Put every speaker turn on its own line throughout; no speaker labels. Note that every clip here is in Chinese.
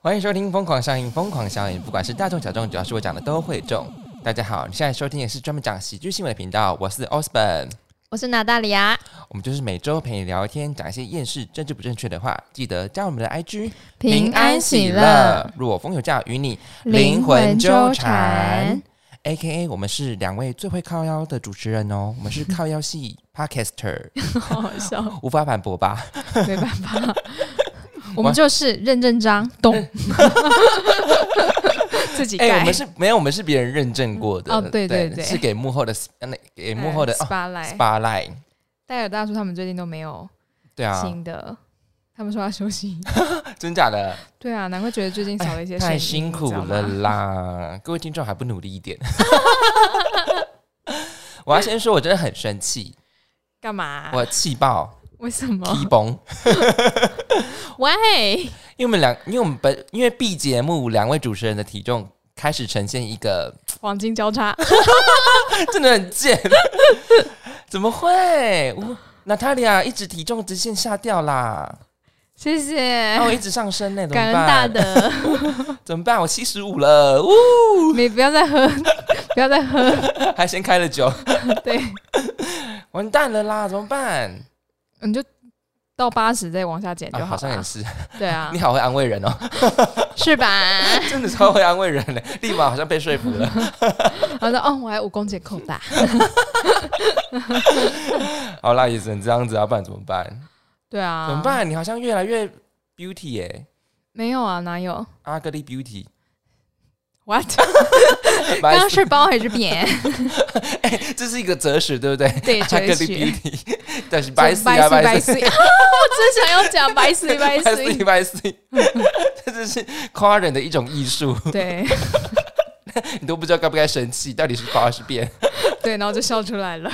欢迎收听《疯狂效应》，疯狂效应，不管是大众小众，只要是我讲的都会中。大家好，你现在收听的是专门讲喜剧新闻的频道，我是 Osborn，
我是娜大里亚，
我们就是每周陪你聊天，讲一些厌世、政治不正确的话。记得加我们的 IG，
平安喜乐
乐，若风有假，与你
灵魂纠缠。
A K A，我们是两位最会靠腰的主持人哦，我们是靠腰系 Podcaster，
好好笑，
无法反驳 吧？
没办法， 我们就是认真章，懂？ 自己
哎、
盖
我们是没有，我们是别人认证过的
哦对对对
是给幕后的，那给幕后的、哦
哎 spotlight，
spotlight，
戴尔大叔他们最近都没有
对啊，
新的，他们说要 休息。
真假的
对啊，难怪觉得最近少了一些声音。
哎太辛苦了
你知道吗
啦！ 各位听众还不努力一点？ 我要先说，我真的很生气，
干嘛？
我气爆
为什么
踢崩，
？Why？
因为我们两，因为我们本因为 B 节目两位主持人的体重开始呈现一 个
黄金交叉，
真的很贱， 怎么会？我娜塔莉亚一直体重直线下掉啦，哦
谢谢
然，后一直上升 呢、怎
哎感
么
恩大
办？
德，
怎么办？我七十五了，呜，
你不要再喝， 不要再喝，
还先开了酒，
对，
完蛋了啦，怎么办？
你就到八十再往下减 就
啊，
好
好像也
了。
是，
对啊
你，好会安慰人哦。
是吧？
真的超会安慰人的，立马好像被说服了。
然后说哦，我还五公斤扣打，
好啦，也只能这样子啊，不然怎么办？
对啊，
怎么？办？你好像越来越 beauty 耶、
没有啊，哪有
阿格丽 beauty。
？What？
白
刚刚是包还是扁？
这是一个哲学，对不对？
对，
阿格
哲
丽
学。
beauty，但是 白死啊，
白白
白
死！
死，
我真想要讲白死 白
白死，
死。
白死， 这就是夸人的一种艺术，
对
你都不知道该不该生气，到底是夸还是辩。
对，然后就笑出来了。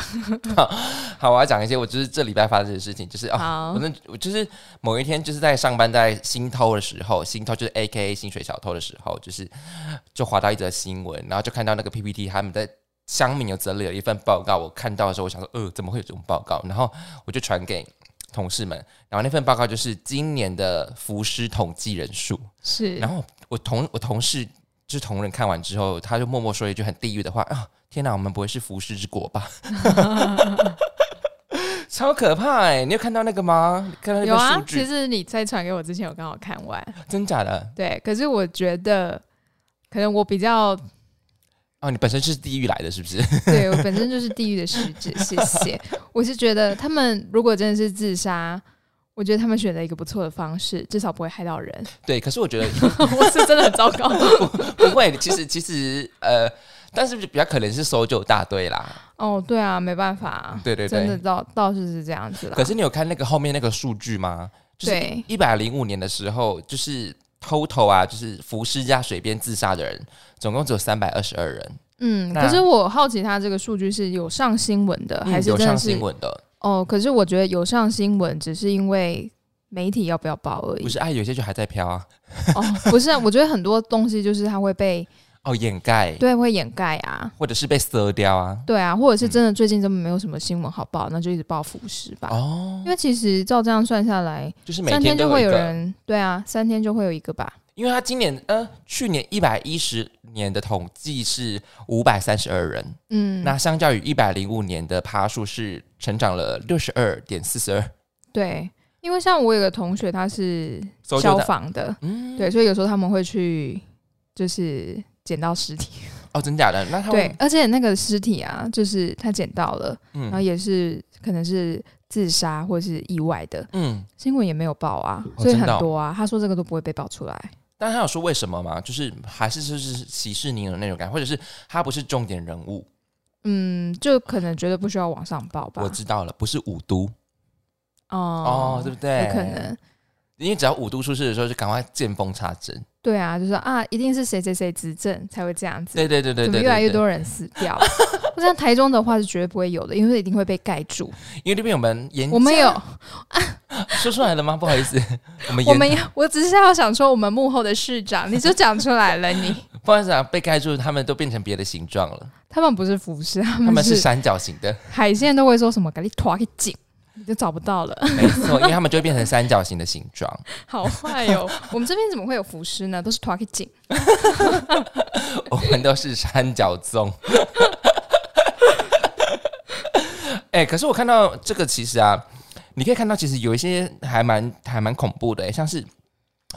好，我要讲一些我就是这礼拜发生的事情，就是哦，
好
我，那我就是某一天就是在上班，在新偷的时候，新偷就是 A K A 薪水小偷的时候，就是就划到一则新闻，然后就看到那个 P P T 他们在乡民有整理了一份报告，我看到的时候，我想说，呃，怎么会有这种报告？然后我就传给同事们，然后那份报告就是今年的浮尸统计人数，
是
然后我同我同事就是同仁看完之后，他就默默说一句很地狱的话啊：“天哪，我们不会是浮尸之国吧？”超可怕哎、你有看到那个吗？看到那
有
个数
啊。
据，
其实你在传给我之前，我刚好看完。
真假的？
对，可是我觉得，可能我比较
哦，你本身是地狱来的，是不 是？
对我本身就是地狱的使 者，谢谢。我是觉得他们如果真的是自杀，我觉得他们选择一个不错的方式，至少不会害到人。
对，可是我觉得
我是真的很糟糕。
不会。其实其实呃，但是比较可能是搜救大队啦。
哦，对啊，没办法啊、
对对
真的
对。
倒倒是是这样子啦。
可是你有看那个后面那个数据吗？就是
对，
一百零五年的时候，就是偷偷啊，就是浮尸加水边自杀的人，总共只有三百二十二人。
嗯，
那
可是我好奇他这个数据是有上新闻的，
嗯
还是
有
真的
上
是
新闻的，
哦？可是我觉得有上新闻只是因为媒体要不要报而已。
不是啊，有些就还在飘啊，
哦，不是、啊，我觉得很多东西就是它会被
哦，掩盖，
对会掩盖啊。
或者是被撕掉啊，
对啊，或者是真的最近根本没有什么新闻好报，那就一直报腐蚀吧。
哦
因，为其实照这样算下来，
就是每
三
天
就
都
会
一
有
个，
人对啊，三天就会有一个吧。
因为他今年呃，去年一百一十年的统计是五百三十二人，
嗯，
那相较于一百零五年的趴数是成长了六十二点四十二，
对，因为像我有个同学，他是
搜救
消
的，
防的，
嗯，
对，所以有时候他们会去就是捡到尸体，
哦，真假的，那他
对
们，，
而且那个尸体啊，就是他捡到了，然后
嗯
也是可能是自杀或是意外的，
嗯，
新闻也没有报啊，
哦
所以
真
很
的哦
多啊，他说这个都不会被爆出来，
但他有说为什么吗？就是还是就是息事宁人的那种感觉，或者是他不是重点人物，
嗯，就可能觉得不需要往上报吧
我，知道了，不是五都
哦
哦，对不对？
有可能，
因为只要五度出事的时候，就赶快见缝插针。
对啊，就是啊，一定是谁谁谁执政才会这样子，
对对对对
怎么
对，
越来越
对。
多人死掉？ 我像台中的话是绝对不会有的，因为一定会被盖住。
对嗯因为这边我们演，
我们有，
说出来了吗？不好意思， 我们
我
演，
们有，我只是要想说，我们幕后的市长，你就讲出来了你。
不好意思啊，被盖住，他们都变成别的形状了。
嗯他们不是服饰，他
他们
们
是
是
三角形的，
海鲜都会说什么“给你拖去紧你就找不到了，
没错，因为他们就会变成三角形的形状。
好坏哦！我们这边怎么会有浮尸呢？都是 t a l k i n
我们都是三角粽。 哎、可是我看到这个，其实啊，你可以看到，其实有一些还蛮还蛮恐怖的、像是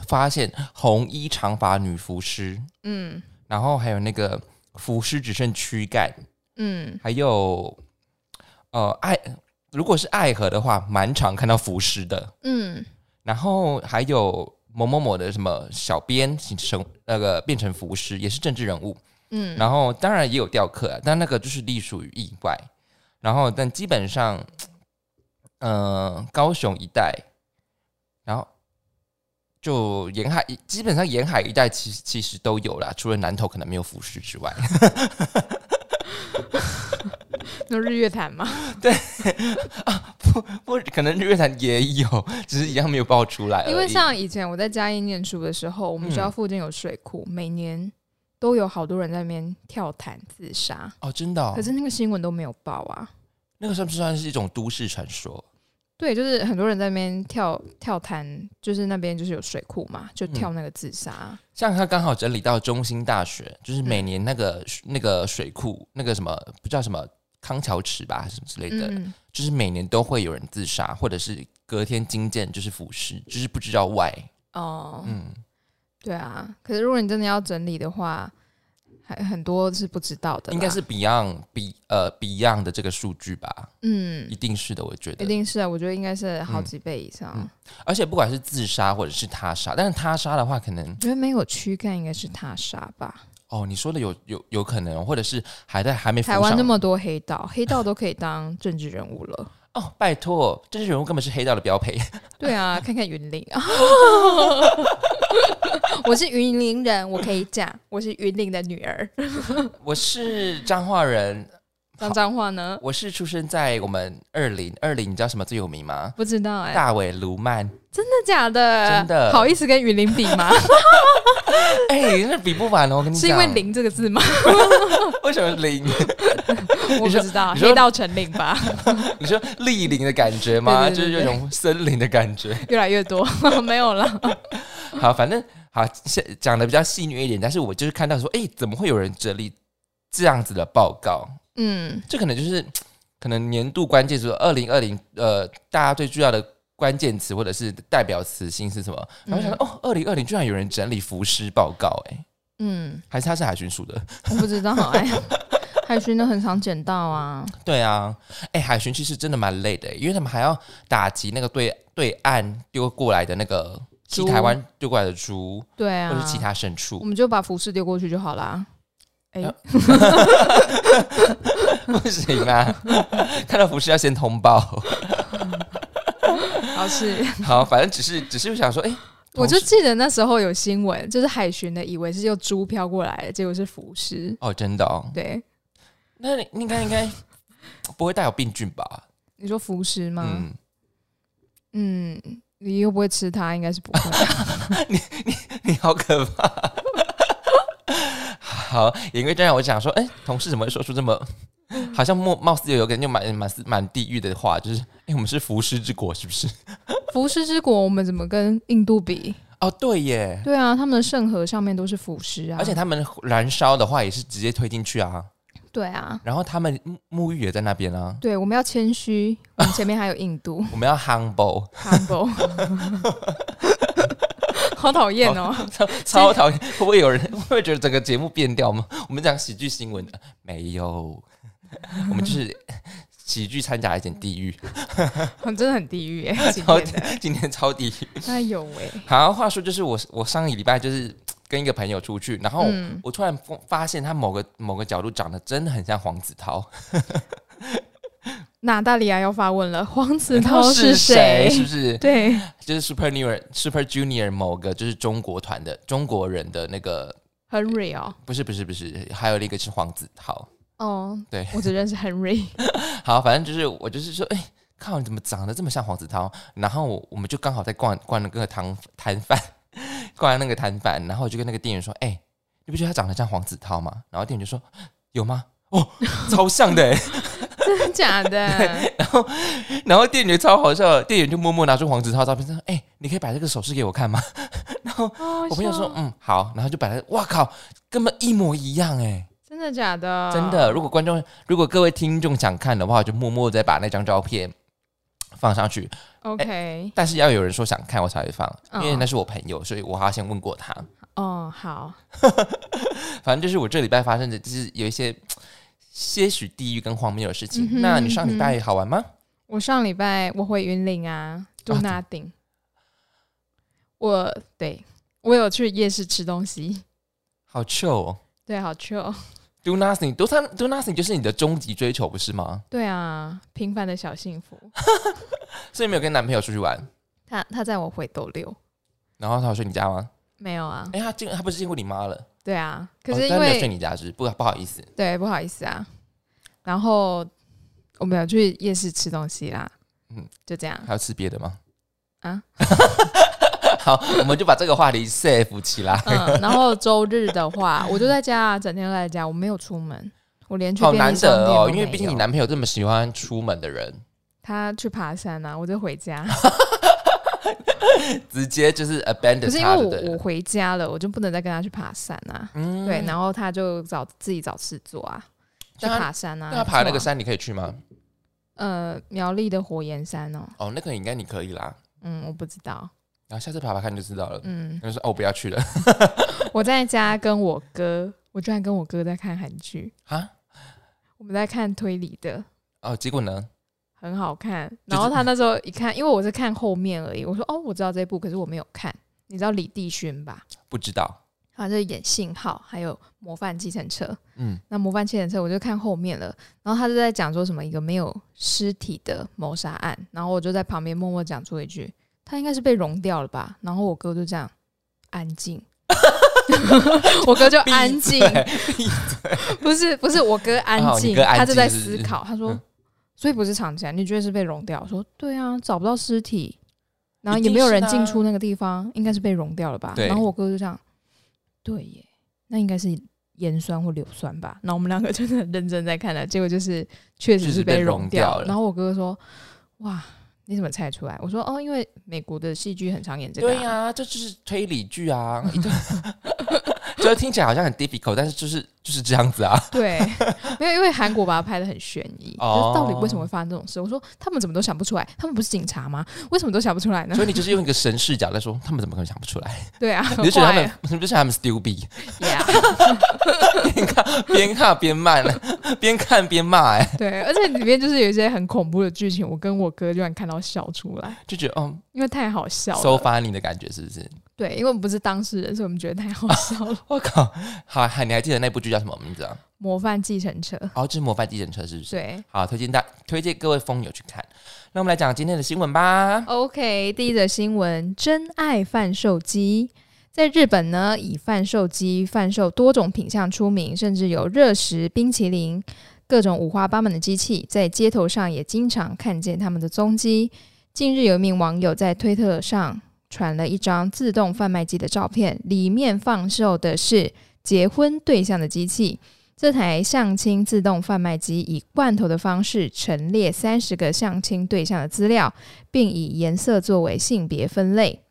发现红衣长发女服尸，
嗯
然后还有那个服尸只剩躯干，
嗯，
还有呃爱，如果是爱河的话，蛮常看到服尸的。
嗯，
然后还有某某某的什么小编成那个变成服尸，也是政治人物。
嗯，
然后当然也有雕刻、啊，但那个就是隶属于意外。然后但基本上，呃，高雄一带，然后就沿海，基本上沿海一带其实其实都有啦，除了南投可能没有浮尸之外。
那日月潭嘛，
不，可能日月潭也有， 只是一样没有爆出来而已。嗯
因为像以前我在嘉义念书的时候，我们学校附近有水库，每年都有好多人在那边跳潭自杀，
哦，真的、哦
可，是那个新闻都没有报啊。
那个算不算是一种都市传说？
对，就是很多人在那边跳跳潭，就是那边就是有水库嘛，
嗯
就跳那个自杀。
像他刚好整理到中兴大学，就是
嗯
每年那个、那个水库那个什么不知道什么康桥池吧，什么之类的，
嗯嗯
就是每年都会有人自杀，或者是隔天惊见就是腐尸，就是不知道 why。
哦，
嗯，
对啊。可是如果你真的要整理的话，还很多是不知道的啦，
应该是 Beyond B 呃 Beyond 的这个数据吧，
嗯
一，定是的，我觉
一
得。
定是啊，我觉得应该是好几倍以上。
嗯而且不管是自杀或者是他杀，但是他杀的话，可能
我觉得没有躯干应该是他杀吧？
哦，你说的有有有可能，或者是还在还没浮
台湾
上
那么多黑道，黑道都可以当政治人物了。
哦，拜托，政治人物根本是黑道的标配。
对啊，看看云林， 我是云林人，我可以讲我是云林的女儿。
我是彰化人，
张彰化呢？
我是出生在我们二零二零，你知道什么最有名吗？
不知道哎、
大尾卢曼，
真的假的？
真的
好意思跟云林比 吗？
哎、那比不完哦，我跟你讲，
是因为“林”这个字吗？
为什么零？
我不知 道，
你说
黑道成林 吧，
你说莅临的感觉吗？
对对对
就是有种森林的感觉。
越来越 多，没有了。
好，反正好是讲的比较戏谑一点，但是我就是看到说，哎、怎么会有人整理这样子的报告？
嗯
这可能就是可能年度关键词，二零二零呃，大家最重要的关键词或者是代表词性是什么？然后想到、哦，二零二零居然有人整理浮尸报告、哎，
嗯，
还是他是海巡署的？
我不知道哎、海巡都很常捡到啊。
对啊，哎、海巡其实真的蛮累的、因为他们还要打击那个对对岸丢过来的那个。去
猪
台湾丢过来的猪，
对啊，
或者是其他牲
我
畜，
们就把服饰丢过去就好啦。哎、
啊不行啊！ 看到服饰要先通报。
好是，
好，反正只是只是想说，哎、
我就
同时
记得那时候有新闻，就是海巡的以为是用猪飘过来的，结果是服饰。
哦，真的哦，
对，
那你应该应该不会带有病菌吧？
你说服饰吗？
嗯，
嗯，你又不会吃它，应该是 不会。
你好可怕。 好，言归正传，我想说，哎、同事怎么会说出这么好像貌貌似有个人就满满是满地狱的话，就是，哎、我们是浮尸之国，是不是？
服饰之国，我们怎么跟印度比？
哦，对耶，
对啊，他们的圣河上面都是腐尸啊，
而且他们燃烧的话也是直接推进去啊，
对啊，
然后他们沐沐浴也在那边啊。
对，我们要谦虚，我们前面还有印 度
我们要 humble，
humble，好讨厌哦，
超超讨厌，会不会有人会不会觉得整个节目变掉吗？我们讲喜剧新闻的没有，我们就是喜剧掺杂一点地狱，
真的很地狱哎，今
超
天的，
今天超地狱。
哎呦喂，
好，话说就是我我上个礼拜就是跟一个朋友出去，然后
嗯
我突然发发现他某个某个角度长得真的很像黄子韬，
那大利亚要发问了，黄子
你知道
韬
是
谁？
是不是？
对，
就是 Super Junior Super Junior 某个就是中国团的中国人的那个，
Henry 哦，
不是不是不是，还有一个是黄子韬。
哦，
对
我只认识 Henry，
好，反正就是我就是说，哎、靠，你怎么长得这么像黄子韬？然后我我们就刚好在逛逛那个摊摊贩， 逛那个摊贩，然后我就跟那个店员说，哎、你不觉得他长得像黄子韬吗？然后店员就说，有吗？哦，超像的、欸，
真的假的？
然后店员超好笑的，店员就默默拿出黄子韬的照片说：“哎、你可以把这个手势给我看吗？”然后
我
我朋友
哦
说：“嗯，好。”然后就把它，哇靠，根本一模一样哎、
真的假的？
真的。如果观众，如果各位听众想看的话，就默默再把那张照片放上去。
？OK，
但是要有人说想看，我才会放，因
嗯
为那是我朋友，所以我还要先问过他。
哦，好，
反正就是我这礼拜发生的，就是有一些些许地狱跟荒谬的事情。
嗯哼
那你上礼拜好玩吗？
我上礼拜我回云岭啊，do
啊
nothing。我对我有去夜市吃东西，
好臭哦
对，好 c
！Do nothing，do some- do nothing 就是你的终极追求，不是吗？
对啊，平凡的小幸福。
所以没有跟男朋友出去玩，
他他在我回斗六
然后他有睡你家吗？
没有啊？
哎、他见他不是见过你妈了？
对啊，可
哦
是因
但没有
为、
睡你家是不是不好意思，
对不好意思啊，然后我们有去夜市吃东西啦，
嗯
嗯，就这样。
还要吃别的吗？
啊，
好，我们就把这个话题 save 起来。
嗯，然后周日的话，我就在家啊，整天都在家，我没有出门，我连去
好
便
难
利商店
得哦，
都
因为
没
毕竟你
有
男朋友这么喜欢出门的人，
他去爬山啊，我就回家。
直接就是
可
abandon
是因
他
为
就对
我
了
我回家了，我就不能再跟他去爬山啊。
嗯
对，然后他就找自己找事做啊，去
那他
爬山啊。
那他爬那个
做啊，
山你可以去吗？
呃，苗栗的火焰山哦，
哦，那个应该你可以啦，
嗯，我不知道，
然后下次爬爬看就知道了。
嗯，
他就说哦，我不要去了
我在家跟我哥，我居然跟我哥在看韩剧，
啊。
我们在看推理的，
哦，结果呢？
很好看。
就是
然后他那时候一看，因为我是看后面而已，我说哦，我知道这部，可是我没有看。你知道李帝勋吧？
不知道。
他就演信号，还有模范计程车。
嗯，
那模范计程车我就看后面了，然后他就在讲说什么一个没有尸体的谋杀案，然后我就在旁边默默讲出一句，他应该是被融掉了吧？然后我哥就这样安静， 我哥 就安静， 不是不是我哥安
哦你
静，
哥安静
他就在
是不
思
是
考，他说
嗯，
所以不是藏起来，你觉得是被融掉？我说对啊，找不到尸体，然后
一
也
定
没有人
是啊
进出那个地方，应该是被融掉了吧？
对
然后我哥就这样，对耶，那应该是盐酸或硫酸吧？然后我们两个真的很认真在看了，啊结果就是确实
就是是被
被
溶
融
掉
掉
了
然后我哥哥说：“哇，你怎么猜出来？”我说：“哦，因为美国的戏剧很常演这个、啊
对呀、这就是推理剧啊，一堆 就是听起来好像很 difficult，但是就是就是这样子啊。
对，没有，因为韩国把它拍的很悬疑，
哦
就是到底为什么会发生这种事？我说他们怎么都想不出来，他们不是警察吗？为什么都想不出来 呢
所？以你就是用一个神视角在说，他们怎么可能想不出来？
对啊，
你
很
就觉得他
坏
们，你不是觉得他们 stupid，
，yeah,
边看边骂呢，边看边骂、哎，
对，而且里面就是有一些很恐怖的剧情，我跟我哥居然看到笑出来，
就觉得嗯
因为太好笑了。
，so funny 的感觉是不是？
对，因为我们不是当事人，所以我们觉得太好笑了。
我靠，好，还你还记得那部剧叫什么名字啊？
模范计程车，
哦，就是《模范计程车》，是不是？
对
好，推荐大推荐各位风友去看。那我们来讲今天的新闻吧。
哦，OK，第一则新闻：真爱贩售机。在日本呢，以贩售机贩售多种品相出名，甚至有热食、冰淇淋、各种五花八门的机器，在街头上也经常看见他们的踪迹。近日，有一名网友在推特上传了一张自动贩卖机的照片，里面放售的是结婚对象的机器。这台相亲自动贩卖机以罐头的方式陈列三十个相亲对象的资料，并以颜色作为性别分类，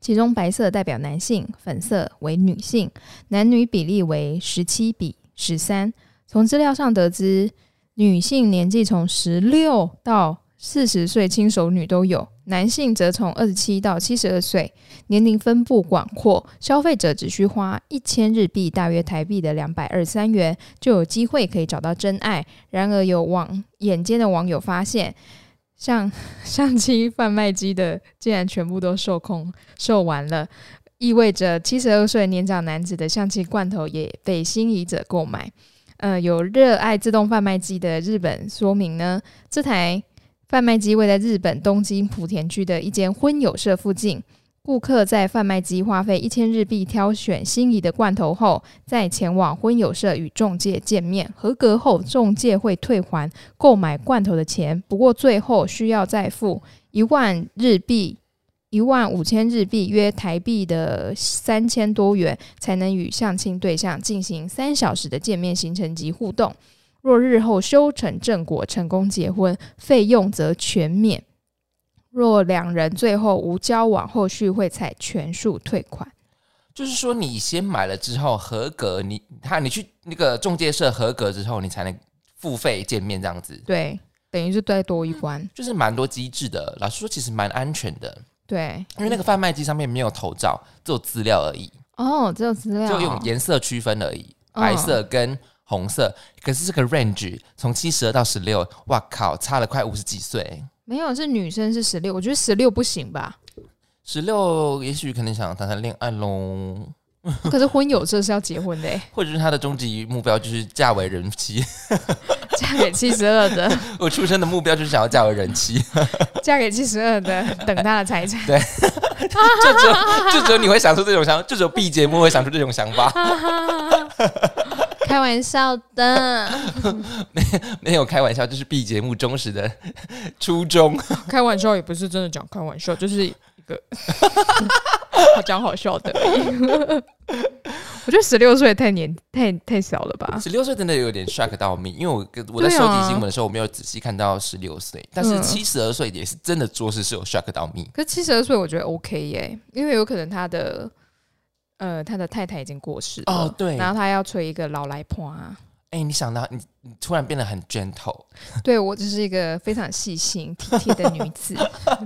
其中白色代表男性，粉色为女性，男女比例为十七比十三。从资料上得知，女性年纪从十六到四十岁轻熟女都有，男性则从二十七到七十二岁，年龄分布广阔。消费者只需花一千日币，大约台币的两百二十三元，就有机会可以找到真爱。然而，有网眼尖的网友发现，像 相机贩卖机的竟然全部都售空售完了，意味着七十二岁年长男子的相机罐头也被心仪者购买。呃，有热爱自动贩卖机的日本说明呢，这台贩卖机位在日本东京莆田区的一间婚友社附近。顾客在贩卖机花费一千日币挑选心仪的罐头后，再前往婚友社与中介见面，合格后中介会退还购买罐头的钱，不过最后需要再付一万日币。一万五千日币，约台币的三千多元，才能与相亲对象进行三小时的见面行程及互动。若日后修成正果，成功结婚，费用则全免。若两人最后无交往，后续会采全数退款。
就是说，你先买了之后合格，你他你去那个中介社合格之后，你才能付费见面这样子，
对，等于是再多一关。
就是蛮多机制的。老实说，其实蛮安全的，
对，
因为那个贩卖机上面没有头照，只有资料而已，
哦，只有资料，
就用颜色区分而已，
嗯
白色跟红色。可是这个 range 从七十二到十六，哇靠，差了快五十几岁。
没有是女生是十六，我觉得十六不行吧？
十六也许可能想谈谈恋爱喽，
可是婚友社是要结婚的欸，
或者是他的终极目标就是嫁为人妻。
嫁给七十二 的，
我出生的目标就是想要嫁为人妻。
嫁给七十二的，等他的财产。
就只有就只有你会想出这种想，就只有 B 节目会想出这种想法，
哈哈哈开玩笑的，
没有开玩笑，这是 B 节目忠实的 初衷。
开玩笑也不是真的讲开玩笑，就是一 个好讲好笑的。我觉得十六岁太年太太小了吧？
十六岁真的有点 shock 到 me，因为我跟我在
对啊
收集新闻的时候，我没有仔细看到十六岁，但是
嗯
七十二岁也是真的着实是有 shock 到 me。
可七十二岁我觉得 OK 耶、因为有可能他的呃他的太太已经过世了，
哦对
然后他要吹一个老来婆啊。
哎、你想到你你突然变得很 gentle，
对我只是一个非常细心体贴的女 子，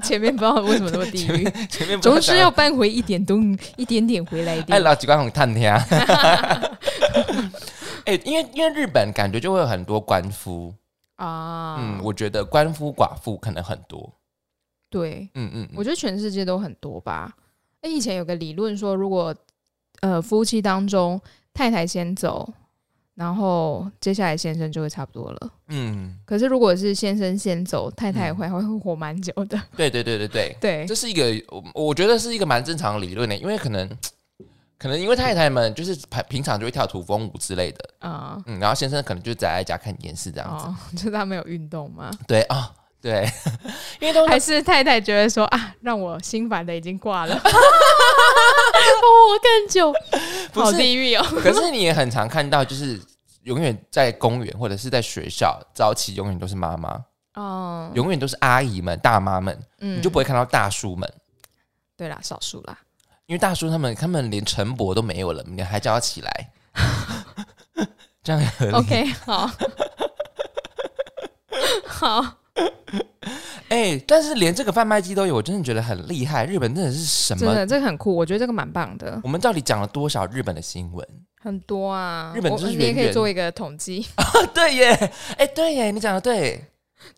前面不知道为什么那么地
前
狱，
面前面不
总是要
讲
扳回一点东一点点回来一
哎
点。
老几关很探 听。哎、因为因为日本感觉就会有很多官夫，
啊，
嗯，我觉得官夫寡妇可能很多，
对，
嗯嗯，嗯
我觉得全世界都很多吧。哎，以前有个理论说，如果呃夫妻当中太太先走，然后接下来先生就会差不多了。
嗯，
可是如果是先生先走，太太
嗯
会还会活蛮久的。
对对对对对，
对
这，是一个我我觉得是一个蛮正常的理论欸的，因为可能可能因为太太们就是平平常就会跳土风舞之类的，
啊、
嗯，然后先生可能就宅在家看电视这样子，
哦， 就是他没有运动吗？
对啊、对， 因为 都
还是太太觉得说啊，让我心烦的已经挂了， 哦，我更久，
不
好
是
地狱哦。
可是你也很常看到，就是永远在公园或者是在学校，早起永远都是妈妈，
哦，
永远都是阿姨们、大妈们，
嗯
你就不会看到大叔们。
对啦，少数啦。
因为大叔他们他们连晨勃都没有了，你还叫他起来， 这样合理吗
OK，好， 好，
哎、但是连这个贩卖机都有，我真的觉得很厉害。日本真的是什
真
么？
的这个很酷，我觉得这个蛮棒的，
我们到底讲了多少日本的新闻？
很多啊。
日本
我
就是
你也可
圆
以
圆
做一个统计，
对耶，哎、对耶，你讲的对。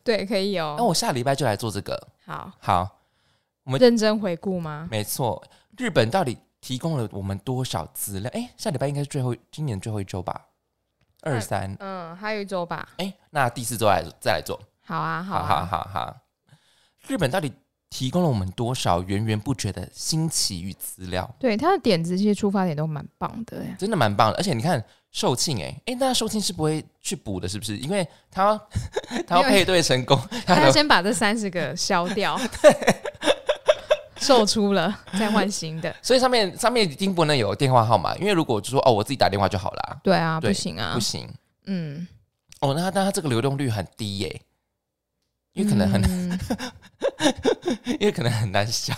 对，可以
那、
哦。
我下礼拜就来做这个。
好，
好，我
认真回顾吗？
没错，日本到底提供了我们多少资料？哎、下礼拜应该是最后今年最后一周吧，二三。
嗯，还有一周吧。
哎、那第四周来再来做。
好啊，好
好好
啊，
好好，日本到底提供了我们多少源源不绝的新奇与资料？
对他的点子其实出发点都蛮棒的欸耶，
真的蛮棒的。而且你看售罄、欸，哎、那售罄是不会去补的，是不是？因为他 要他要配对成功，他
他要
的
先把这三十个消 掉，售出了再换新的。
所以上面上面一定不能有电话号码，因为如果就说哦我自己打电话就好啦，
对 啊，
对
不行啊
不，行
嗯，
哦。那他但他这个流动率很低耶、因为可能很、
嗯
因为可能很难销。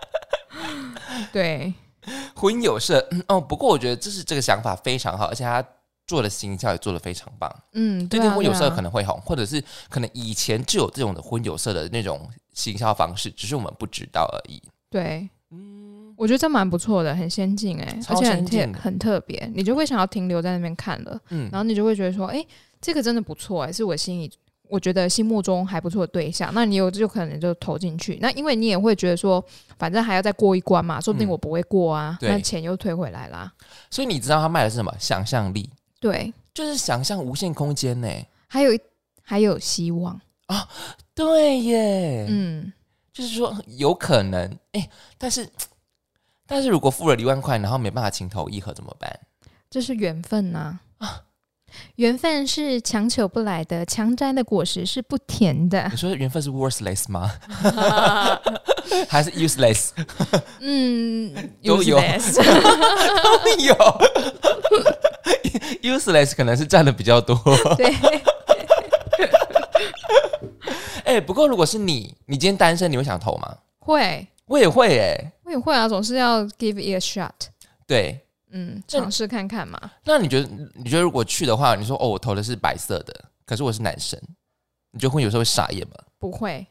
对，
婚友社、嗯哦，不过我觉得这是这个想法非常好，而且他。做的行销也做的非常棒，
嗯，
这
对
对
啊
婚友社可
能
能会红，或者是可能以前就有这种的婚友社的那种行销方式，只是我们不知道而已。
对。
嗯，
我觉得这蛮不错的，很先进哎、
超
而且
先
很
进
特很特别，你就会想要停留在那边看了，
嗯
然后你就会觉得说，哎、这个真的不错哎、是我心里我觉得心目中还不错的对象，那你有就可能就投进去，那因为你也会觉得说，反正还要再过一关嘛，说不定
嗯
我不会过啊，
对
那钱又退回来啦，
所以你知道他卖的是什么？想象力，
对，
就是想象无限空间呢。
还有一还有希望，
对耶，
嗯，
就是说有可能，哎、但是但是如果付了一万块，然后没办法情投意合怎么办？
这是缘分呐、缘分是强求不来的，强摘的果实是不甜 的
你。说缘分是 worthless 吗？还是 useless？
嗯，
都有
useless
有 useless 可能是占的比较 多。
对，
哎、不过如果是你，你今天单身，你会想投吗？
会，
我也会哎、
我也会啊，总是要 give it a shot，
对，
嗯，
那
尝试看看嘛。
那你觉得，你觉得如果去的话，你说哦，我投的是白色的，可是我是男生，你觉得会有时候会傻眼吗？
不会，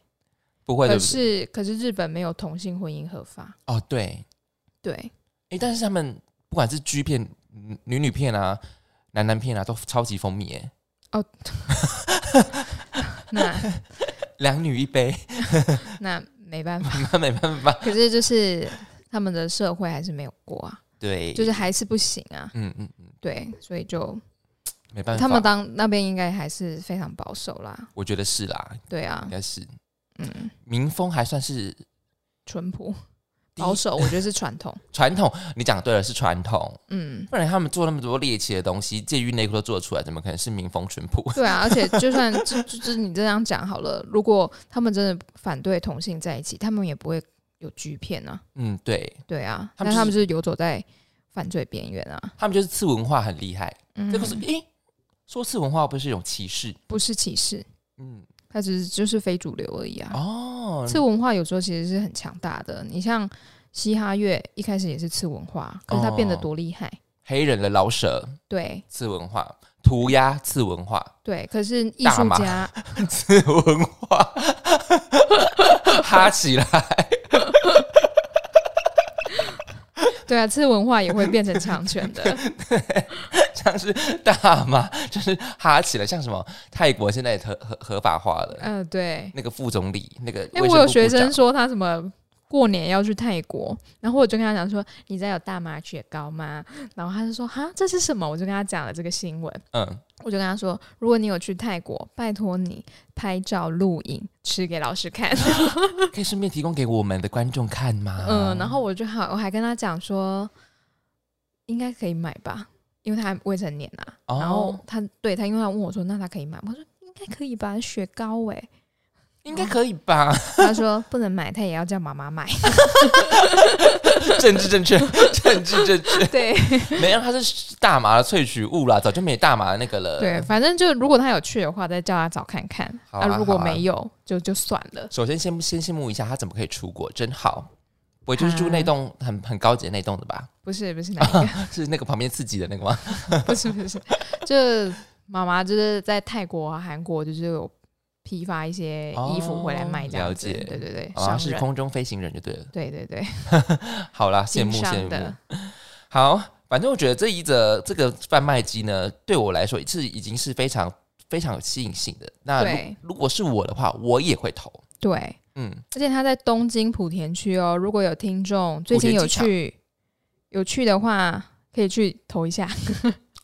不会，对
可
不对？
是可是日本没有同性婚姻合法，
哦，对，
对，
哎，但是他们不管是 G 片、嗯女女片啊、男男片啊，都超级风靡哎，
那
两女一杯，
那没办法，
那没办法，
可是就是他们的社会还是没有过啊，
对，
就是还是不行啊，
嗯嗯嗯，
对，所以就
没办法，
他们当那边应该还是非常保守啦，
我觉得是啦，
对
应
啊，
该是
嗯，
民风还算是
淳朴
第一
保守，我觉得是传统，
传统，你讲对了，是传统，
嗯。
不然他们做那么多猎奇的东西，介于内裤都做得出来，怎么可能是民风淳朴？
对啊，而且就算就就是你这样讲好了，如果他们真的反对同性在一起，他们也不会有剧片啊。
嗯，对
对啊，
他
那
们就是
他们就是游走在犯罪边缘啊。
他们就是次文化很厉害，
嗯
这个是诶，说次文化不是一种歧视？
不是歧视，
嗯，
它只是就是非主流而已啊。
哦，
次文化有时候其实是很强大的，你像嘻哈乐一开始也是次文化，可是它
哦
变得多厉害。
黑人的老舍
对
次文化，涂鸦次文化，
对，可是艺
大
术
麻
家
次文化，哈起来，
对啊，次文化也会变成强权 的。
像是大麻，就是哈起来，像什么泰国现在也合合合法化了。
嗯、对。
那个副总理，那个
哎、
卫生
我有
部
学
部长
生说他什么过年要去泰国，然后我就跟他讲说你在有大麻雪糕吗？然后他就说哈这是什么？我就跟他讲了这个新闻，
嗯，
我就跟他说如果你有去泰国，拜托你拍照录影吃给老师看。
啊可以顺便提供给我们的观众看吗？
嗯，然后我就好我还跟他讲说应该可以买吧，因为他还未成年啊。
哦
然后他对他因为他问我说那他可以买吗，我说应该可以吧，雪糕哎、
应该可以吧？
他说不能买，他也要叫妈妈买。
政治正确，政治正确，
对。
没有，它是大麻的萃取物啦，早就没大麻的那个了。
对，，反正就如果他有去的话，再叫他找看看。
好啊
如果
好啊
没有，就就算了。
首先先先羡慕一下他怎么可以出国，真好。我就是住那栋很很高级的那栋的吧？
不是不是哪一
是那个旁边刺激的那个 吗？
个， 不是不是，就妈妈就是在泰国、啊、韩国就是有批发一些衣服回来卖这样子。
哦了解
对对对，
啊，
商
是
人。
空中飞行人就对了。
对对对，
好啦，羡慕
经
羡
商的
慕。好，反正我觉得这一则这个贩卖机呢，对我来说是已经是非常非常有吸引性的。那如
对
如果是我的话，我也会投。
对，
嗯，
而且他在东京莆田区哦。如果有听众最近有
莆
去有去的话，可以去 投一下，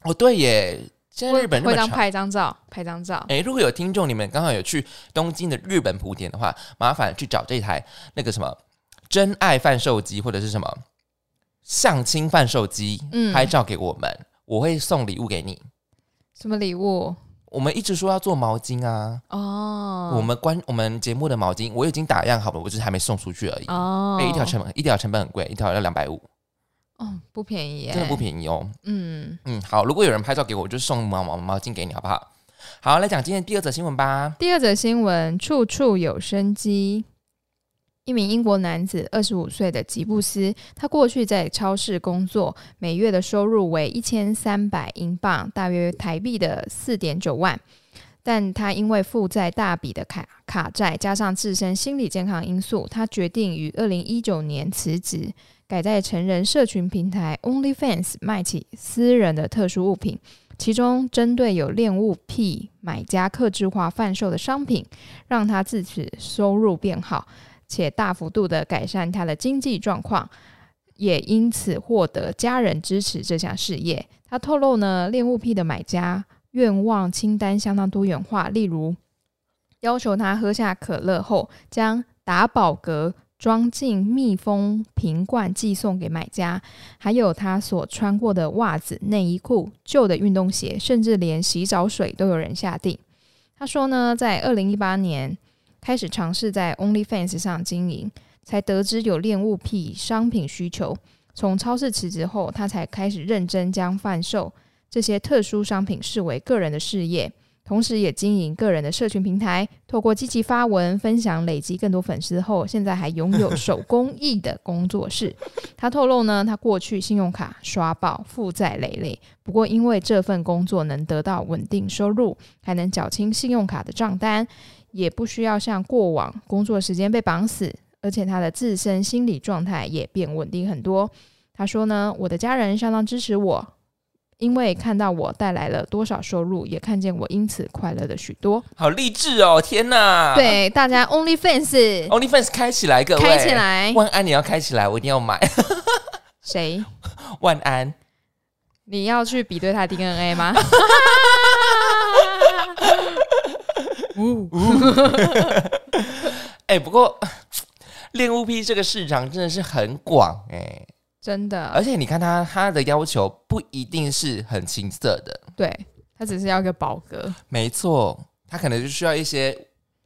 哦对耶，现在日本那
会
么
当
长。哎
拍一张照，拍张照。
诶，如果有听众你们刚好有去东京的日本莆田的话，麻烦去找这台那个什么真爱贩售机或者是什么相亲贩售机，
嗯
拍照给我们，我会送礼物给你。
什么礼物？
我们一直说要做毛巾啊，
哦，
我们关我们节目的毛巾我已经打样好了，我只是还没送出去而已。
哦，
诶一条成本一条成本很贵，一条要两百五，
哦不便宜耶，
真的不便宜哦。
嗯，
嗯，好，如果有人拍照给我，我就送毛毛毛巾给你，好不好？好，来讲今天第二则新闻吧。
第二则新闻，处处有生机。一名英国男子，二十五岁的吉布斯，他过去在超市工作，每月的收入为一千三百英镑，大约台币的四点九万。但他因为负债大笔的卡卡债，加上自身心理健康因素，他决定于二零一九年辞职，改在成人社群平台 OnlyFans 卖起私人的特殊物品。其中针对有恋物癖买家克制化贩售的商品，让他自此收入变好，且大幅度的改善他的经济状况，也因此获得家人支持这项事业。他透露呢，恋物癖的买家愿望清单相当多元化，例如要求他喝下可乐后，将打饱嗝装进密封瓶罐寄送给买家，还有他所穿过的袜子、内衣裤、旧的运动鞋，甚至连洗澡水都有人下定。他说呢，在二零一八年开始尝试在 OnlyFans 上经营，才得知有恋物癖商品需求。从超市辞职后，他才开始认真将贩售这些特殊商品视为个人的事业，同时也经营个人的社群平台，透过积极发文分享，累积更多粉丝后，现在还拥有手工艺的工作室。他透露呢，他过去信用卡刷爆，负债累累，不过因为这份工作能得到稳定收入，还能缴清信用卡的账单，也不需要像过往工作时间被绑死，而且他的自身心理状态也变稳定很多。他说呢，我的家人相当支持我，因为看到我带来了多少收入，也看见我因此快乐的许多。
好励志哦！天哪，
对大家，OnlyFans
，OnlyFans 开起来，各位
开起，来，
万安你要开起来，我一定要买
谁？
万安。
你要去比对他的 DNA 吗？
哎、不过恋物癖这个市场真的是很广哎、
真的
而，且你看他他的要求不一定是很青涩的，
对他只是要一个饱嗝。
没错，他可能就需要一些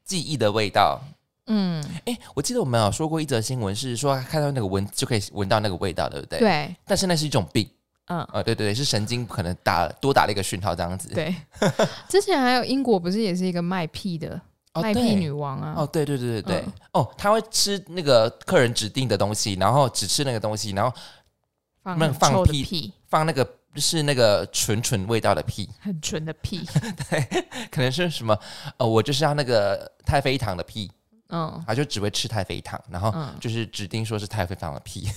记忆的味道。
嗯，
哎、我记得我们有说过一则新闻，是说看到那个闻就可以闻到那个味道，对不对？。
对，
但是那是一种病，
嗯，
呃，对对对，是神经可能打多打了一个讯号这样子。
对。之前还有英国不是也是一个卖屁的、
哦，
卖
对
屁女王啊？
哦，对对对对对，
嗯
哦，他会吃那个客人指定的东西，然后只吃那个东西，然后
放
那
很
放
臭的
屁
屁，
放那个是那个纯纯味道的屁，
很纯的屁。
可能是什么呃，我就是要那个太妃糖的屁，
嗯
他就只会吃太妃糖，然后
嗯，
就是指定说是太妃糖的 屁。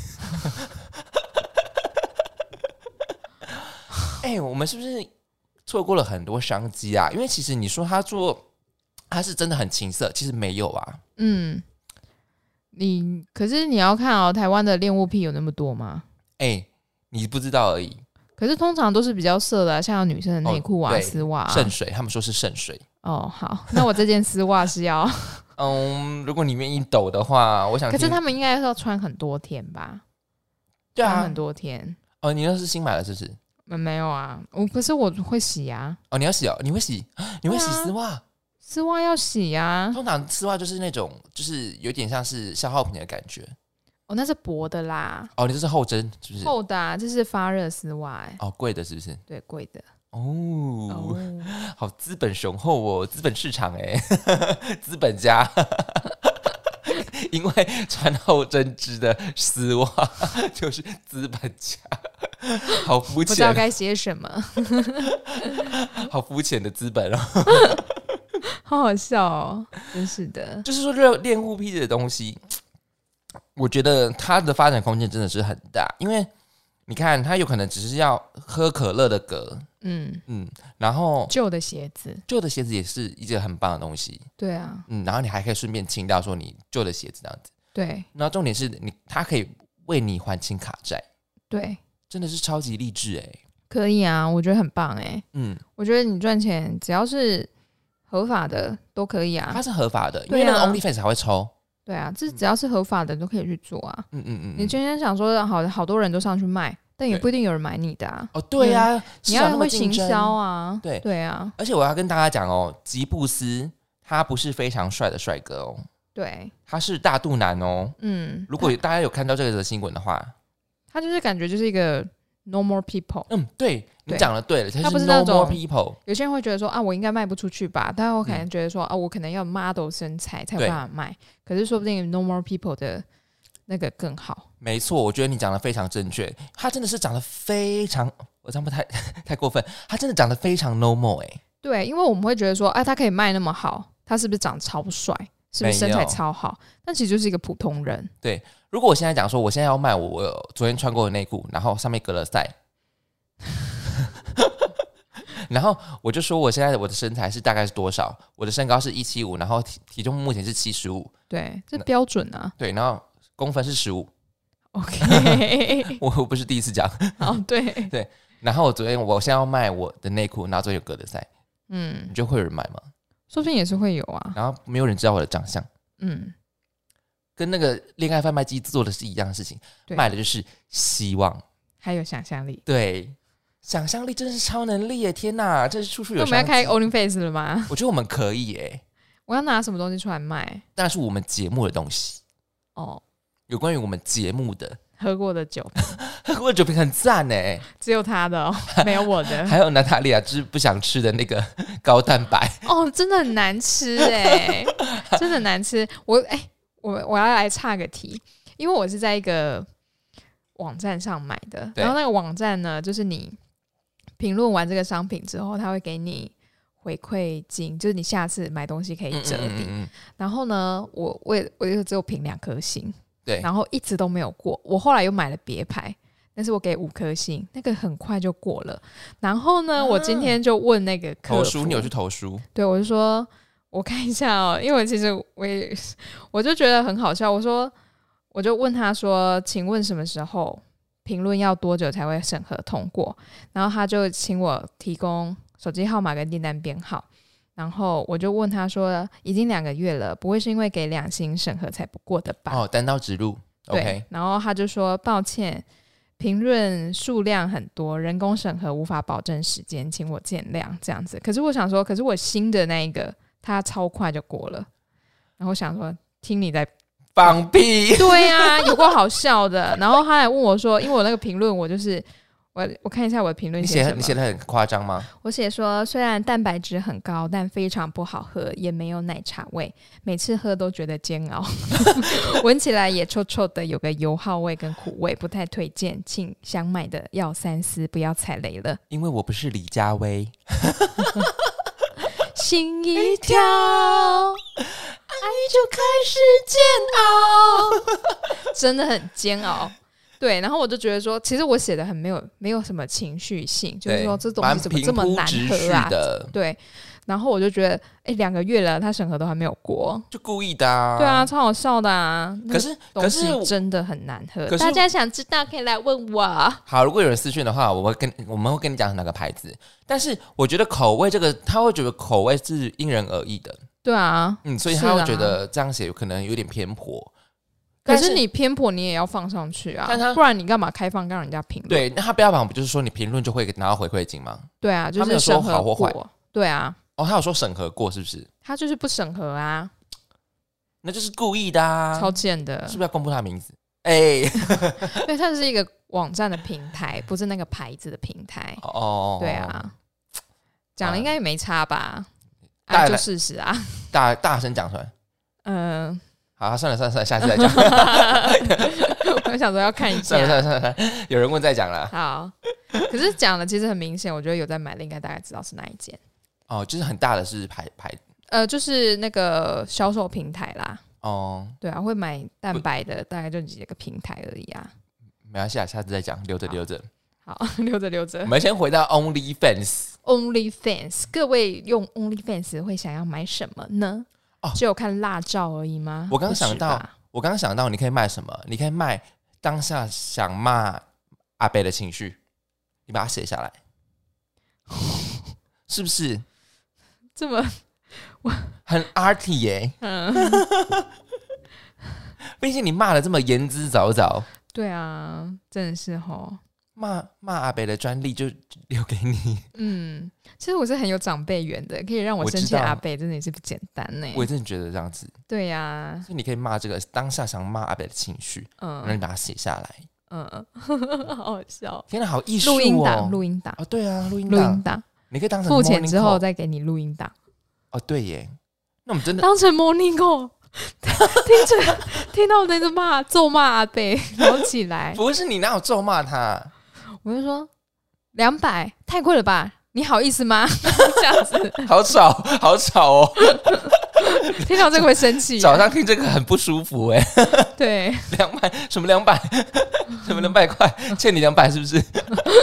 哎、我们是不是错过了很多商机啊？因为其实你说他做，他是真的很情色，其实没有啊。
嗯，你可是你要看哦，台湾的恋物癖有那么多吗？
哎、你不知道而已。
可是通常都是比较色的啊、像女生的内裤
哦
啊、
对
丝袜、啊。
圣水，他们说是圣水。
哦，好，那我这件丝袜是要，
嗯，如果你愿意抖的话，我想
可
听。
是他们应该是要穿很多天吧？
对
穿
啊
很，多天。
哦，你那是新买的，是不是？
嗯，没有啊，我可是我会洗啊，
哦，你要洗哦，你会洗， 你会洗丝袜。
丝袜要洗啊。
通常丝袜就是那种，就是有点像是消耗品的感觉。
哦，那是薄的啦，
哦，你这是后真是不是？
厚的、啊，这是发热丝袜、欸，
哦，贵的是不是？
对，贵的。
哦，
哦，
好资本雄厚哦，资本市场哎， 资本家。 因为穿厚针织的丝袜就是资本家， 好肤
不知道
浅，
该写什么，
好肤浅的资本哦。
好好笑哦，真是的。
就是说热恋物癖的东西，我觉得它的发展空间真的是很大，因为你看，它有可能只是要喝可乐的嗝，
嗯，
嗯，然后
旧的鞋子，
旧的鞋子也是一个很棒的东西，
对啊，
嗯，然后你还可以顺便清掉说你旧的鞋子这样子，
对
那重点是你它可以为你还清卡债，
对，
真的是超级励志哎、
可以啊，我觉得很棒哎、
嗯，
我觉得你赚钱只要是合法的都可以啊
它，是合法的，因
对啊
为那个 OnlyFans 还会抽，
对啊，这只要是合法的都可以去做啊。
嗯嗯
你
嗯嗯，
今天想说好好多人都上去卖，但也
对
不一定有人买你的啊。
哦对呀、啊，市
你
场
要
那么
会行
竞争
销啊，
对
对啊，
而且我要跟大家讲哦，吉布斯他不是非常帅的帅哥哦，
对，
他是大肚腩哦。
嗯，
如果有大家有看到这个的新闻的话，
他就是感觉就是一个 normal people。
嗯，对你
对
讲的对了，
他
他
不是
是
那
no more
种
people，
有些人会觉得说啊，我应该卖不出去吧，但我可能
嗯
觉得说、啊，我可能要 model 身材才有
对
办法卖，可是说不定 normal people 的那个更好。
没错，我觉得你讲的非常正确，他真的是长得非常，我这样不太 太过分，他真的长得非常 no more 哎、
对，因为我们会觉得说，啊，他可以卖那么好，他是不是长得超帅，是不是身
没
材
有
超好？但其实就是一个普通人。
如果我现在讲说，我现在要卖我我昨天穿过的内裤，然后上面隔了塞， 然后我就说我现在我的身材是大概是多少，我的身高是一七五，然后体体重目前是七十五，
对，这
那
标准啊。
对，然后公分是十五，
OK，
我我不是第一次讲。
哦，对，
然后我昨天我现在要卖我的内裤，然后昨天有隔的赛，
嗯
你，就会有人买吗？
说不定也是会有啊。
然后没有人知道我的长相，
嗯，
跟那个恋爱贩卖机做的是一样的事情，
对
卖的就是希望。
还有想象力。
对，想象力真是超能力耶！天哪，这是处处
那
有
我们要
商
开
机
Only Face 了吗？
我觉得我们可以耶，
我要拿什么东西出来卖？
那是我们节目的东西，
哦，
有关于我们节目的，
喝过的酒，
喝过的酒瓶很赞哎，
只有他 的、哦，没有我的。
还有娜塔莉亚就是不想吃的那个 高蛋白，
哦，真的很难吃 哎、真的很难吃。我哎、我我要来岔个题，因为我是在一个网站上买的，
对
然后那个网站呢，就是你评论完这个商品之后，他会给你回馈金，就是你下次买东西可以折抵。
嗯，
然后呢，我我也我就只有评两颗星，
对
然后一直都没有过。我后来又买了别牌，但是我给五颗星，那个很快就过了。然后呢，我今天就问那个客
投
服
书，啊你有去投书？
对我就说，我看一下哦，因为其实我也我就觉得很好笑，我说我就问他说，请问什么时候评论要多久才会审核通过？然后他就请我提供手机号码跟订单编号。然后我就问他说：“已经两个月了，不会是因为给两星审核才不过的吧？”
哦，单刀直入
对
，OK，
然后他就说：“抱歉，评论数量很多，人工审核无法保证时间，请我见谅。”这样子。可是我想说，可是我新的那一个，他超快就过了。然后我想说，听你在
放屁，
对啊，有过好笑的。然后他还问我说，因为我那个评论，我就是我我看一下我的评论
你
写
写
什
你
么。
写的很夸张吗？
我写说，虽然蛋白质很高，但非常不好喝，也没有奶茶味，每次喝都觉得煎熬， 闻起来也臭臭的，有个油耗味跟苦味，不太推荐。请想买的要三思，不要踩雷了。
因为我不是李佳薇，
心一跳，爱就开始煎熬， 真的很煎熬。对，然后我就觉得说，其实我写的很没有没有什么情绪性，就是
对
说这东
蛮
西怎么
平
这么
铺
难
直叙
喝啊？
的，
对，然后我就觉得，哎，两个月了，他审核都还没有过，
就故意的啊。
对啊，，超好笑的啊。那
可是
个
可
东
是
西真的很难喝，
可是
大家想知道可以来问我。
好，如果有人私讯的话，我会跟我们会跟你讲哪个牌子。但是我觉得口味这个，他会觉得口味是因人而异的，
对啊，
嗯，所以
是
他会
啊
觉得这样写可能有点偏颇。
可
但
是你偏颇你也要放上去啊
但他，
不然你干嘛开放让人家评论？
对，那他标榜不就是说你评论就会拿到回馈金吗？
对啊，就
他没有
是
说
审
好
核
或坏
过，对啊，
哦，他有说审核过是不是？
他就是不审核啊，
那就是故意的啊，
超贱的
是不。是要公布他的名字？ 哎、
对，它是一个网站的平台，不是那个牌子的平台。
哦，
对，啊，讲了应该也没差吧？
当
啊，
然
就
了
事实啊，
大大声讲出来。
嗯。
好，算了算了算了，下次再讲。
我想说要看一
算了
下。
算了算了算了，有人问再讲了。
好，可是讲了，其实很明显，我觉得有在买的应该大概知道是哪一间。
哦，就是很大的是牌牌
呃，就是那个销售平台啦，
哦，
对啊，会买蛋白的，大概就几个平台而已啊。
没关系啊，下次再讲，留着
好
留着。
好， 留着 留
我
着。
们先回到 OnlyFans。
OnlyFans，各位用 OnlyFans 会想要买什么呢？
哦
只有看辣照而已吗？
我刚
不是
想到
吧
我刚刚想到，你可以卖什么？你可以卖当下想骂阿贝的情绪，你把它写 下来，是不是
这么，
很 arty 耶、
嗯，
毕竟你骂的这么言之凿凿，
对啊，真的是吼，
骂骂阿贝的专利就留给 你。
嗯，其实我是很有长辈缘的，可以让我
我
生
知
气的
道
阿贝真的也是不简单呢、
我真的觉得这样子，
对呀、
所以你可以骂这个当下想骂阿贝的情绪，然后你
嗯
把它写下来。
嗯， 好好笑。
天哪，好艺术哦！
录音档，录音档，
哦，对啊，录音
录音
档，
档，
你可以当成
付钱
morning
之后
call
再给你录音档，
哦，对耶，那我们真的
当成 morning call。听着，听到我在这骂咒骂阿贝，然后起来，
不是你哪有咒骂他？
我就说两百太贵了吧，你好意思吗？ 这样子，
好吵， 好吵哦！
啊听到这个会生气。
早上听这个很不舒服哎、
对，
两百 什么两百，什么两百块，欠你两百是不是？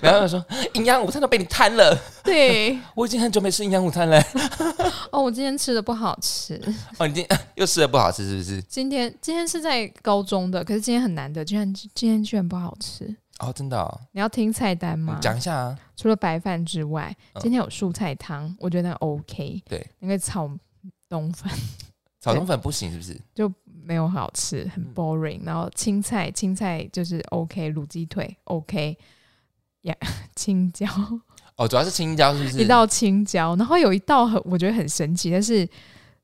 然后他说营养午餐都被你贪了，
对，
我已经很久没吃营养午餐了。
哦，我今天吃的不好吃。
哦，你今天 又吃的不好吃是不是？
今天今天是在高中的，可是今天很难得，居然今天居然不好吃。
哦，真的、哦，
你要听菜单吗
你？讲一下啊。
除了白饭之外，
嗯
今天有蔬菜汤，我觉得那个 OK。
对，
那个炒冬粉
草东粉不行是不是？
就没有好吃，很
嗯
boring。然后青菜，青菜就是 OK，卤鸡腿 OK，呀， 青椒
哦，主要是青椒是不
一
是？
道青椒，然后有一道很我觉得很神奇，但是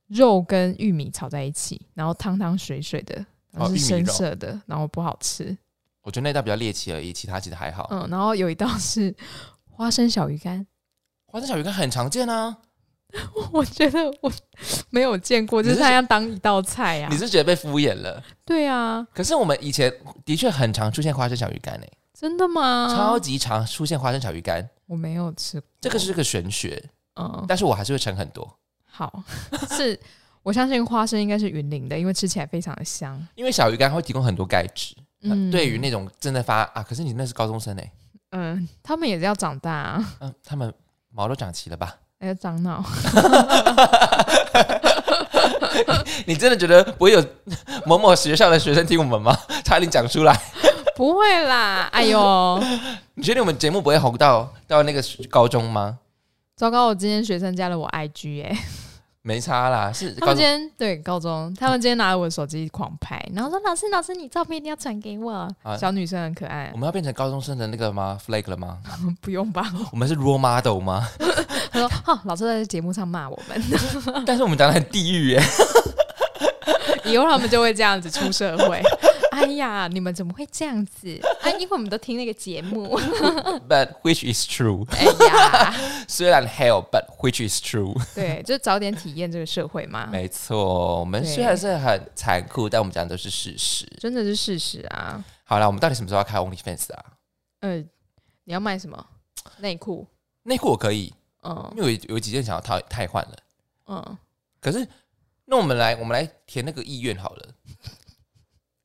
肉跟玉米炒在一起，然后汤汤水水的，然
哦
后是
玉米
深
肉
色的，然后不好吃。
我觉得那道比较猎奇而已，其他其实还好。
嗯，然后有一道是花生小鱼干，
花生小鱼干很常见啊，
我觉得我没有见过，就是
你是
它要当一道菜啊呀、
你是觉得被敷衍了？
对啊，
可是我们以前的确很常出现花生小鱼干欸诶、
真的吗？
超级常出现花生小鱼干，
我没有吃过
这个是个玄学，
嗯，
但是我还是会盛很多，
好 是。我相信花生应该是云林的，因为吃起来非常的香。
因为小鱼干会提供很多钙质。
嗯，
呃对于那种正在发啊，可是你那是高中生诶、
嗯，他们也是要长大、 啊，
嗯、他们毛都长齐了吧？
还要长脑。
你真的觉得不会有 某某学校的学生听我们吗？ 差点讲出来。
不会啦，哎呦，
你确定我们节目不会红到到那个高中吗？
糟糕！我今天学生加了我 IG 哎、
没差啦，是
他
高
们今
中
天对高中，他们今天拿了我的手机狂拍，然后说老师老师，你照片一定要传给我。
啊
小女生很可爱
我，们要变成高中生的那个吗？flag 了吗？
不用吧？
我们是 role model 吗？
他说哈、老师在节目上骂我们，
但是我们讲的很地狱耶、欸
以后他们就会这样子出社会。 哎呀，你们怎么会这样子？啊，因为我们都听那个节目。
But which is true？
哎呀，
虽然 hell，but which is true？
对，就早点体验这个社会嘛，
没错，我们
啊对
虽然是很残酷，但我们讲的都是事实。
真的是事实啊。
好啦，我们到底什么时候要开 OnlyFans 啊？
呃，你要卖什么内裤？
内裤我可以，
嗯
因为有有几件想要汰汰换了。
嗯，
可是，那我们来我们来填那个意愿好了。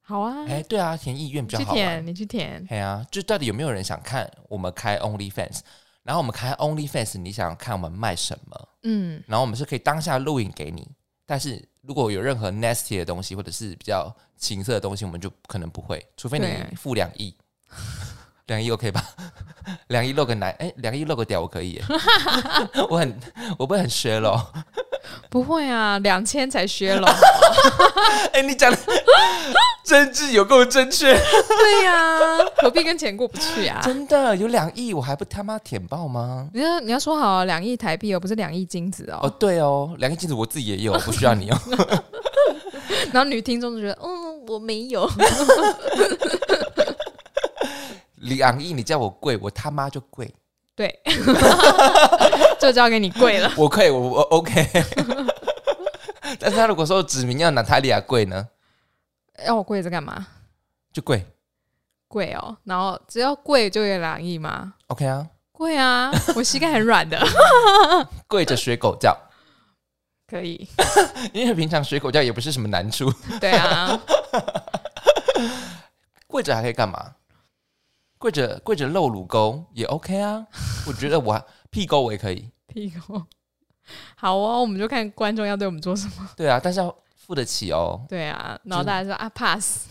好啊，
哎、对啊，填意愿比较
去
好玩。
舔，你去舔。
哎呀、啊，就到底有没有人想看我们开 OnlyFans？然后我们开 OnlyFans，你想看我们卖什么？
嗯，
然后我们是可以当下录影给你，但是如果有任何 nasty 的东西或者是比较情色的东西，我们就可能不会，除非
对
你付两亿，两亿 OK 吧？ 两亿露个奶，哎、两亿露个屌我可以耶， 我很我不会很削咯。
不会啊，两千才削了。
哎、你讲的真挚有够正确，
对呀、何必跟钱过不去啊？
真的有两亿，我还不他妈舔爆吗？
你要你要说好啊两亿台币哦，不是两亿金子哦。
哦，对哦，两亿镜子我自己也有，不需要你哦。
然后女听众就觉得，嗯，我没有。
两亿你叫我贵，我他妈就贵。
对，就交给你跪了。
我可以，我我 OK。但是他如果说指名要娜塔莉亚贵呢，
要我跪着干嘛？
就贵
跪哦，然后只要跪就有两亿吗？
OK 啊，
跪啊，我膝盖很软的，
跪着学狗叫，
可以。
因为平常学狗叫也不是什么难处，
对啊，
跪着还可以干嘛？跪着跪着露乳沟也 OK 啊，我觉得我还屁沟我也可以，
屁股。好哦，我们就看观众要对我们做什么。
对啊，但是要付得起哦
对啊，然后大家说啊 pass，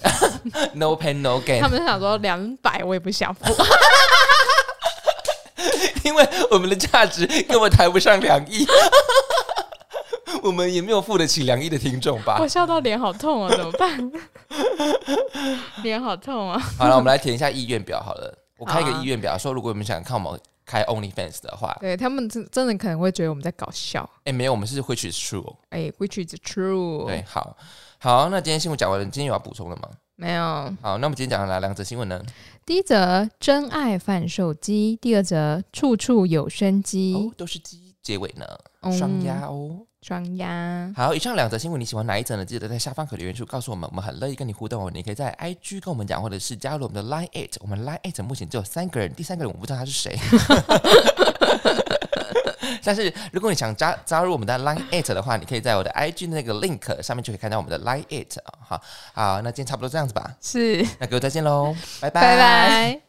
，no pain no
他
gain，
们想说两百我也不 想付，
因为我们的价值根本抬不上两亿， 我们也没有付得起两亿的听众吧
我？笑到脸好痛哦，怎么 办？脸好痛啊！
好了，我们来填一下意愿表好了。我开一个
好啊
意愿表，说如果你们想看我们开 OnlyFans 的话，
对他们真真的可能会觉得我们在搞笑，
哎、没有，我们是 Which is true。
哎，which is true。
对，，好，好，那今天新闻讲完了，你今天有要补充的吗？
没有。
好，那我们今天讲的哪两则新闻呢？
第一则真爱贩售机，第二则处处有生
哦
机，，
都是鸡结尾呢，
嗯
双鸭哦。
双鸭。
好，以上两则新闻你喜欢哪一则呢？记得在下方可留言处告诉我们，我们很乐意跟你互动哦。你可以在 IG 跟我们讲，或者是加入我们的 Line Eight。我们 Line Eight 目前只有三个人，第三个人我不知道他是谁。 但是如果你想加加入我们的 Line Eight 的话，你可以在我的 IG 那个 link 上面就可以看到我们的哦 Line Eight 啊。好，好，那今天差不多这样子吧，
是，
那各位再见喽，拜
拜拜。